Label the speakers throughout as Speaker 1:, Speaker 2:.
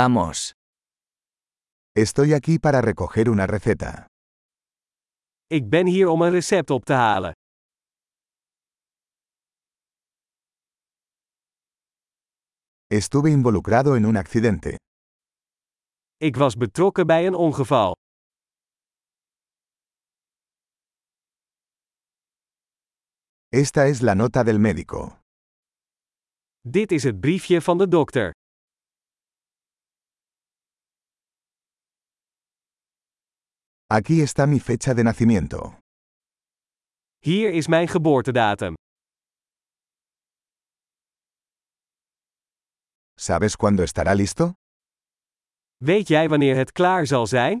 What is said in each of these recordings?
Speaker 1: Vamos.
Speaker 2: Estoy aquí para recoger una receta.
Speaker 3: Ik ben hier om een recept op te halen.
Speaker 2: Estuve involucrado en un accidente.
Speaker 3: Ik was betrokken bij een ongeval.
Speaker 2: Esta es la nota del médico.
Speaker 3: Dit is het briefje van de dokter.
Speaker 2: Aquí está mi fecha de nacimiento.
Speaker 3: Hier is mijn geboortedatum.
Speaker 2: ¿Sabes cuándo estará listo?
Speaker 3: Weet jij wanneer het klaar zal zijn?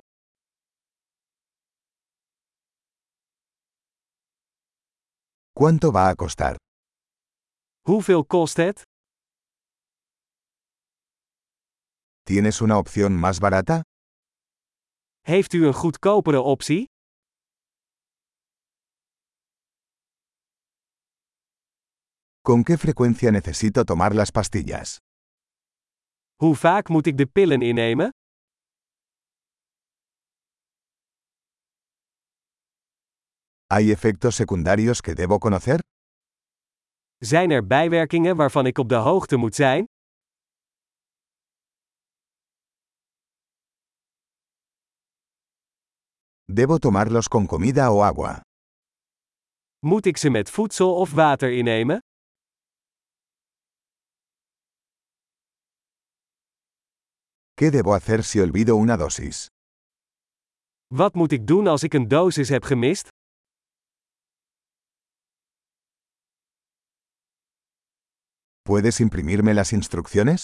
Speaker 2: ¿Cuánto va a costar?
Speaker 3: Hoeveel kost het?
Speaker 2: ¿Tienes una opción más barata?
Speaker 3: Heeft u een goedkopere optie?
Speaker 2: ¿Con qué frecuencia necesito tomar las pastillas?
Speaker 3: Hoe vaak moet ik de pillen innemen?
Speaker 2: ¿Hay efectos secundarios que debo conocer?
Speaker 3: Zijn er bijwerkingen waarvan ik op de hoogte moet zijn?
Speaker 2: ¿Debo tomarlos con comida o agua?
Speaker 3: Moet ik ze met voedsel of water innemen?
Speaker 2: ¿Qué debo hacer si olvido una dosis?
Speaker 3: Wat moet ik doen als ik een dosis heb gemist?
Speaker 2: ¿Puedes imprimirme las instrucciones?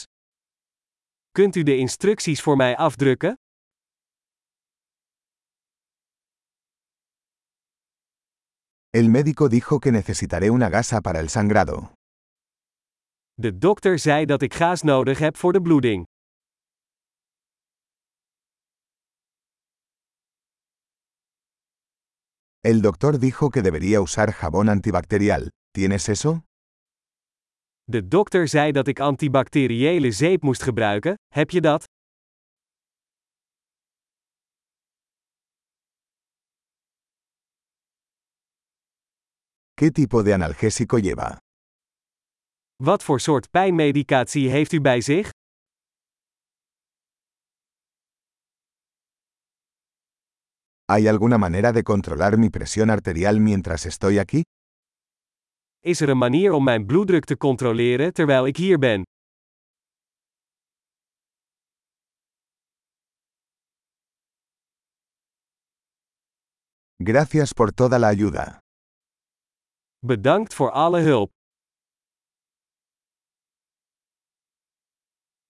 Speaker 3: Kunt u de instructies voor mij afdrukken?
Speaker 2: El médico dijo que necesitaré una gasa para el sangrado.
Speaker 3: De dokter zei dat ik gaas nodig heb voor de bloeding.
Speaker 2: El doctor dijo que debería usar jabón antibacterial. ¿Tienes eso?
Speaker 3: De dokter zei dat ik antibacteriële zeep moest gebruiken. Heb je dat?
Speaker 2: ¿Qué tipo de analgésico lleva?
Speaker 3: Wat voor soort pijnmedicatie heeft u bij zich?
Speaker 2: ¿Hay alguna manera de controlar mi presión arterial mientras estoy aquí?
Speaker 3: Is er een manier om mijn bloeddruk te controleren terwijl ik hier ben?
Speaker 2: Gracias por toda la ayuda.
Speaker 3: Bedankt voor alle hulp.